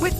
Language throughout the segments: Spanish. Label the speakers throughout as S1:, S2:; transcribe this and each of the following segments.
S1: With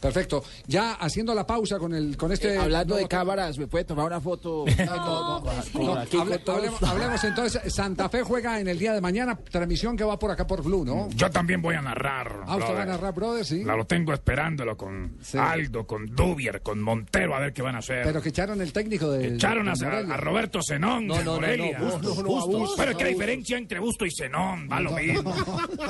S2: Perfecto. Ya haciendo la pausa con el con este.
S3: Eh, hablando de
S2: nuevo-
S3: cámaras, ¿me puede tomar una foto? No, no,
S2: No,
S3: con aquí,
S2: hable-
S3: con todos.
S2: hablemos, hablemos entonces. Santa Fe juega en el día de mañana. Transmisión que va por acá por Blue, ¿no?
S4: Yo también voy a narrar.
S2: Ah, usted va a
S4: Mm. brother.
S2: narrar, brother, sí.
S4: Claro, tengo esperándolo con
S2: Sí.
S4: Aldo, con Dubier, con Montero, a ver qué van a hacer.
S2: Pero que echaron el técnico de.
S4: Echaron a,
S2: de Morelia.
S4: a Roberto Zenón.
S3: No,
S4: de
S3: no, no,
S4: Morelia.
S3: no, Bustos, no,
S4: Bustos.
S3: Bustos,
S4: Pero es que
S3: no,
S4: la diferencia entre Busto y Zenón va lo mismo.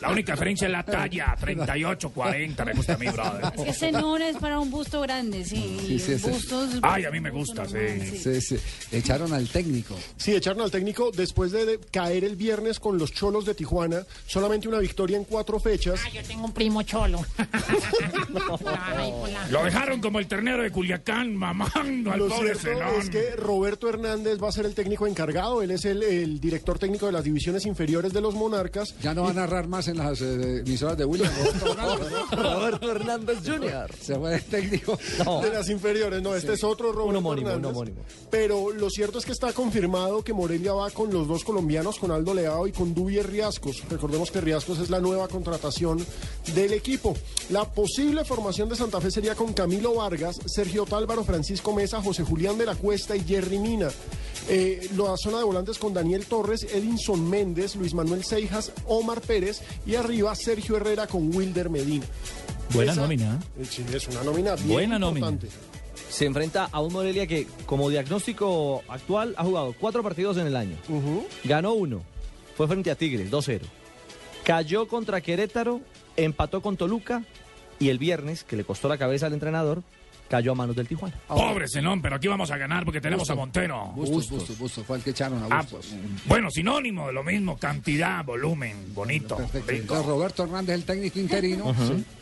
S4: La única diferencia es la talla, 38, 40, me gusta a mí, brother.
S5: Es que ese no es para un busto grande,
S3: Ah.
S5: sí.
S2: Sí, sí, ese-
S5: Bustos-
S4: Ay, a mí me gusta,
S5: busto normal,
S4: sí.
S2: Sí, sí. Echaron al técnico.
S6: Sí, echaron al técnico después de, de caer el viernes con los cholos de Tijuana, solamente una victoria en cuatro fechas.
S7: Ah, yo tengo un primo cholo. Ay, hola.
S4: Lo dejaron como el ternero de Culiacán, mamando al
S6: Lo
S4: pobre
S6: cierto
S4: Zenón.
S6: es que Roberto Hernández va a ser el técnico encargado, él es el, el director técnico de las divisiones inferiores de los monarcas.
S2: Ya no va a narrar más en las eh, emisoras de William.
S3: Roberto Hernández Jr.
S2: Se fue el técnico.
S6: De las inferiores, no, este es otro Roberto
S3: homónimo, un
S6: Hernández.
S3: homónimo.
S6: Pero lo cierto es que está confirmado que Morelia va con los dos colombianos, con Aldo Leao y con Dubier Riascos. Recordemos que Riascos es la nueva contratación del equipo. La posible formación de Santa Fe sería con Camilo Vargas, Sergio Tálvaro, Francisco Mesa, José Julián de la Cuesta y Jerry Mina. Eh, la zona de volantes con Daniel Torres, Edinson Méndez, Luis Manuel Seijas, Omar Pérez y arriba Sergio Herrera con Wilder Medina.
S8: Buena
S6: Esa-
S8: nómina.
S6: Eh, Sí, es una nómina bien
S8: Buena nómina.
S6: importante.
S3: Se enfrenta a un Morelia que, como diagnóstico actual, ha jugado cuatro partidos en el año. Ganó uno. Fue frente a Tigres, 2-0. Cayó contra Querétaro, empató con Toluca y el viernes, que le costó la cabeza al entrenador, cayó a manos del Tijuana.
S4: Pobre Zenón, pero aquí vamos a ganar porque tenemos a Montero.
S2: Bustos, Bustos, Bustos. Fue el que echaron a
S4: Ah,
S2: Bustos.
S4: bueno, sinónimo de lo mismo, cantidad, volumen, bonito,
S2: Perfecto. Entonces,
S4: rico.
S2: Roberto Hernández, el técnico interino,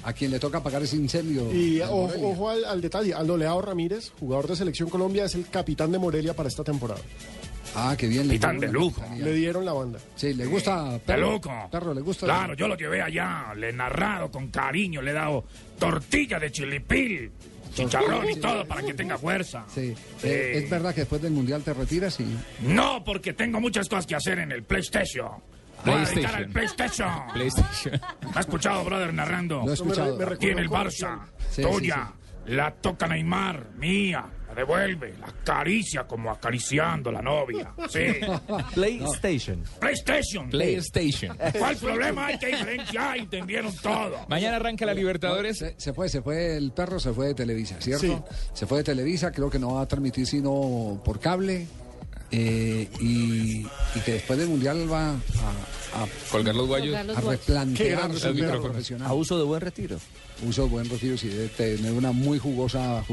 S2: a quien le toca pagar ese incendio.
S6: Y eh,
S2: de
S6: ojo,
S2: Morelia.
S6: ojo al, al detalle, Aldo Leao Ramírez, jugador de Selección Colombia, es el capitán de Morelia para esta temporada.
S2: Ah, qué bien. le
S4: Capitán
S2: dieron
S4: de
S2: la
S4: lujo.
S2: capitanía.
S6: Le dieron la banda.
S2: Sí, le gusta.
S4: Está
S2: perro?
S4: loco.
S2: Perro, le gusta.
S4: Claro, yo lo llevé allá, le he narrado con cariño, le he dado tortilla de chilipil, chicharrón y todo para que tenga fuerza.
S2: Sí.
S4: Sí.
S2: Eh, es verdad que después del mundial te retiras y.
S4: No, porque tengo muchas cosas que hacer en el PlayStation. Voy a dedicar al PlayStation.
S8: PlayStation.
S4: ¿Me has escuchado, brother, narrando?
S2: Lo he escuchado.
S6: me re-
S4: Tiene el
S6: recuerdo
S4: Barça,
S2: Sí,
S4: tuya, la toca Neymar, mía, la devuelve, la acaricia como acariciando la novia. Sí.
S3: PlayStation.
S4: PlayStation.
S8: PlayStation.
S4: ¿Cuál problema hay? ¿Qué diferencia hay? Entendieron todo.
S8: Mañana arranca la Libertadores.
S2: Se, se fue, se fue el perro, se fue de Televisa, ¿cierto?
S6: Sí.
S2: Se fue de Televisa, creo que no va a transmitir sino por cable. eh, y, y que después del mundial va a, a-
S8: Colgar los guayos.
S5: Colgar los
S2: a
S5: guantes.
S6: Qué
S2: replantear
S6: grande
S2: su
S6: el
S2: vida
S6: perro.
S2: profesional.
S3: Abuso de buen retiro.
S2: Uso buen retiro y debe tener una muy jugosa.